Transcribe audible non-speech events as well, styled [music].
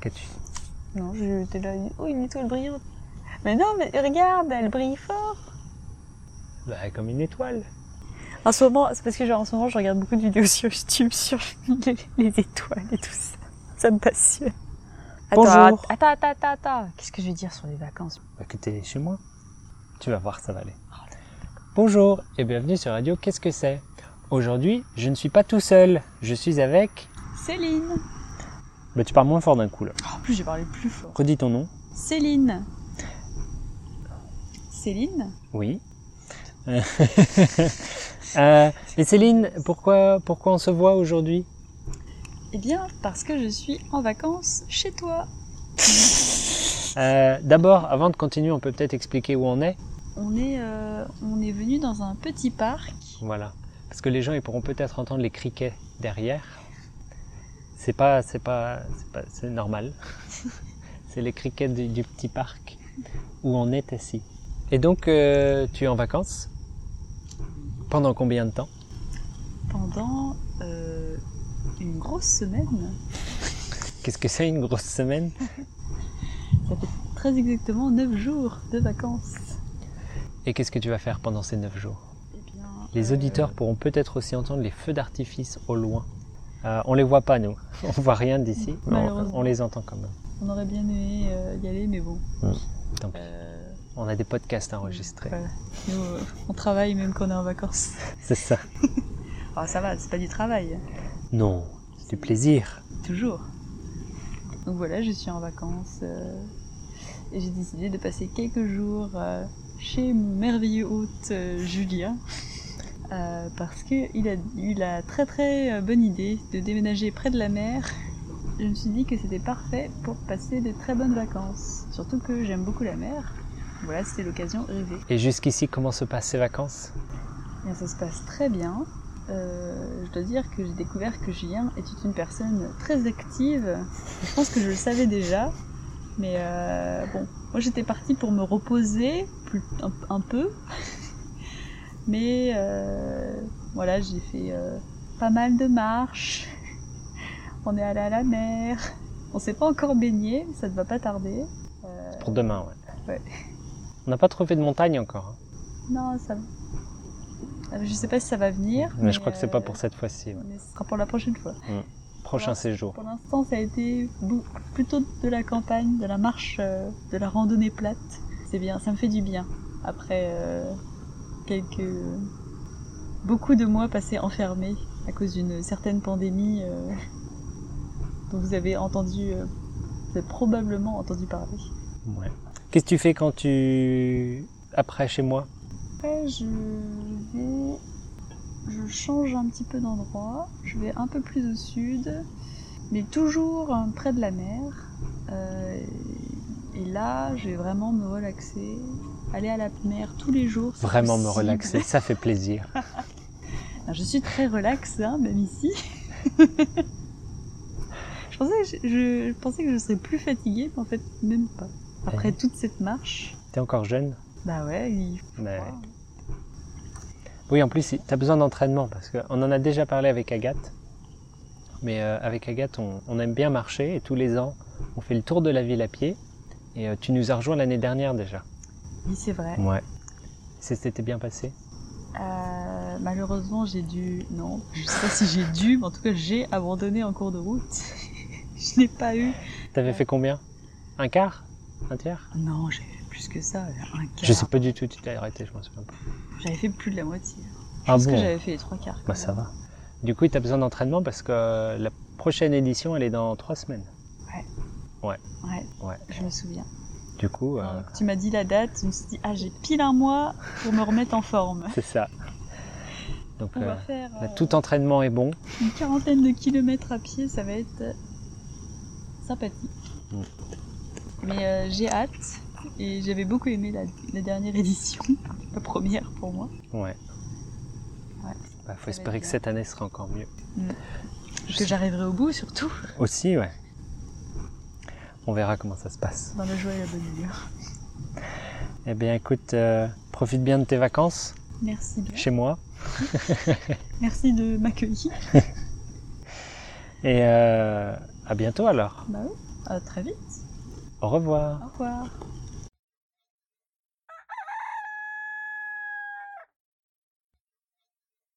Qu'as-tu Non, j'étais là, oh, une étoile brillante. Mais non, mais regarde, elle brille fort. Bah, comme une étoile. En ce moment, c'est parce que genre, en ce moment, je regarde beaucoup de vidéos sur YouTube [laughs] sur les, les étoiles et tout ça. Ça me passionne. Attends, Bonjour. att- attends, attends, attends, attends. Qu'est-ce que je vais dire sur les vacances Bah, que t'es chez moi. Tu vas voir, ça va aller. Bonjour et bienvenue sur Radio Qu'est-ce que c'est Aujourd'hui, je ne suis pas tout seul. Je suis avec. Céline. Bah, tu parles moins fort d'un coup là. Oh, en plus, j'ai parlé plus fort. Redis ton nom. Céline. Céline Oui. [laughs] Euh, euh, mais Céline, pourquoi, pourquoi on se voit aujourd'hui Eh bien, parce que je suis en vacances chez toi. Euh, D'abord, avant de continuer, on peut peut-être expliquer où on est. On est, euh, on est venu dans un petit parc. Voilà. Parce que les gens, ils pourront peut-être entendre les criquets derrière. C'est pas, c'est pas, c'est pas- c'est [laughs] normal. c'est les criquets du, du petit parc où on est assis. Et donc, euh, tu es en vacances Pendant combien de temps pendant euh, une grosse semaine. Qu'est-ce que c'est une grosse semaine Ça fait très exactement 9 jours de vacances. Et qu'est-ce que tu vas faire pendant ces 9 jours Eh bien, Les euh, auditeurs pourront peut-être aussi entendre les feux d'artifice au loin. Euh, on les voit pas, nous. [laughs] On voit rien d'ici, mais on, Malheureusement. on les entend quand même. On aurait bien aimé euh, y aller, mais bon. Tant pis. euh, On a des podcasts à enregistrer. voilà. Nous, euh, on travaille même quand on est en vacances. C'est ça. Ah, ça va, c'est pas du travail, Non, c'est du plaisir. toujours. Donc voilà, je suis en vacances euh, et j'ai décidé de passer quelques jours euh, chez mon merveilleux hôte euh, Julien. euh, parce qu'il a eu la très très euh, bonne idée de déménager près de la mer. Je me suis dit que c'était parfait pour passer des très bonnes vacances. Surtout que j'aime beaucoup la mer. Voilà, c'était l'occasion rêvée. Et jusqu'ici, comment se passent ces vacances Bien, ça se passe très bien. Euh, je dois dire que j'ai découvert que Julien était une personne très active. Je pense que je le savais déjà. Mais euh, bon, moi j'étais partie pour me reposer plus, un, un peu. [laughs] Mais euh, voilà, j'ai fait euh, pas mal de marches. [laughs] On est allé à la mer. On s'est pas encore baigné, mais ça ne va pas tarder. Euh, Pour demain, ouais. Ouais. On n'a pas trouvé de montagne encore, hein. non, ça. va. Ah, Je sais pas si ça va venir. mais, je crois que c'est pas euh, pour cette fois-ci. ouais. Mais ce sera pour la prochaine fois. Prochain voilà. séjour. Pour l'instant, ça a été bou- plutôt de la campagne, de la marche, euh, de la randonnée plate. C'est bien, ça me fait du bien. Après euh, quelques. beaucoup de mois passés enfermés à cause d'une certaine pandémie euh, [laughs] dont vous avez entendu. euh, vous avez probablement entendu parler. Ouais. Qu'est-ce que tu fais quand tu. après chez moi Après, je vais. Je change un petit peu d'endroit. Je vais un peu plus au sud, mais toujours hein, près de la mer. Euh, et là, je vais vraiment me relaxer, aller à la mer tous les jours. si Vraiment me possible. relaxer, ça fait plaisir. [laughs] Alors, je suis très relaxe, hein, même ici. [laughs] je, pensais que je, je- je pensais que je serais plus fatiguée, mais en fait, même pas. Après Ouais. toute cette marche, T'es encore jeune bah ouais, il faut mais... croire. Oui, en plus, t'as besoin d'entraînement parce qu'on en a déjà parlé avec Agathe. Mais euh, avec Agathe, on, on aime bien marcher et tous les ans, on fait le tour de la ville à pied. Et euh, tu nous as rejoint l'année dernière déjà. Oui, c'est vrai. Ouais. C'était bien passé Euh, malheureusement, j'ai dû. Non, je sais pas si j'ai dû, mais en tout cas, j'ai abandonné en cours de route. [laughs] je n'ai pas eu. T'avais Ouais. fait combien Un quart Un tiers Non, j'avais fait plus que ça, euh, un Je quart. sais pas du tout, tu t'es arrêté, je m'en souviens pas. J'avais fait plus de la moitié. Ah Je pense que bon j'avais fait les trois quarts. quand Bah ça même. va. Du coup, t'as besoin d'entraînement parce que euh, la prochaine édition, elle est dans trois semaines. Ouais, Ouais. je me souviens. Du coup, euh, Quand tu m'as dit la date, je me suis dit, ah, j'ai pile un mois pour me remettre en forme. c'est ça. Donc, On euh, va faire euh, tout entraînement est bon. une quarantaine de kilomètres à pied, ça va être euh, sympathique. Mm. Mais euh, j'ai hâte et j'avais beaucoup aimé la, la dernière édition, [laughs] la première pour moi. Ouais. Ouais. Bah, va faut espérer être que bien. cette année sera encore mieux. Que j'arriverai au bout surtout Aussi, ouais. On verra comment ça se passe. dans la joie et la bonne humeur. Eh bien, écoute, euh, profite bien de tes vacances Merci bien. chez moi. Merci de m'accueillir. Et euh, à bientôt alors. Bah oui. À très vite. Au revoir. Au revoir.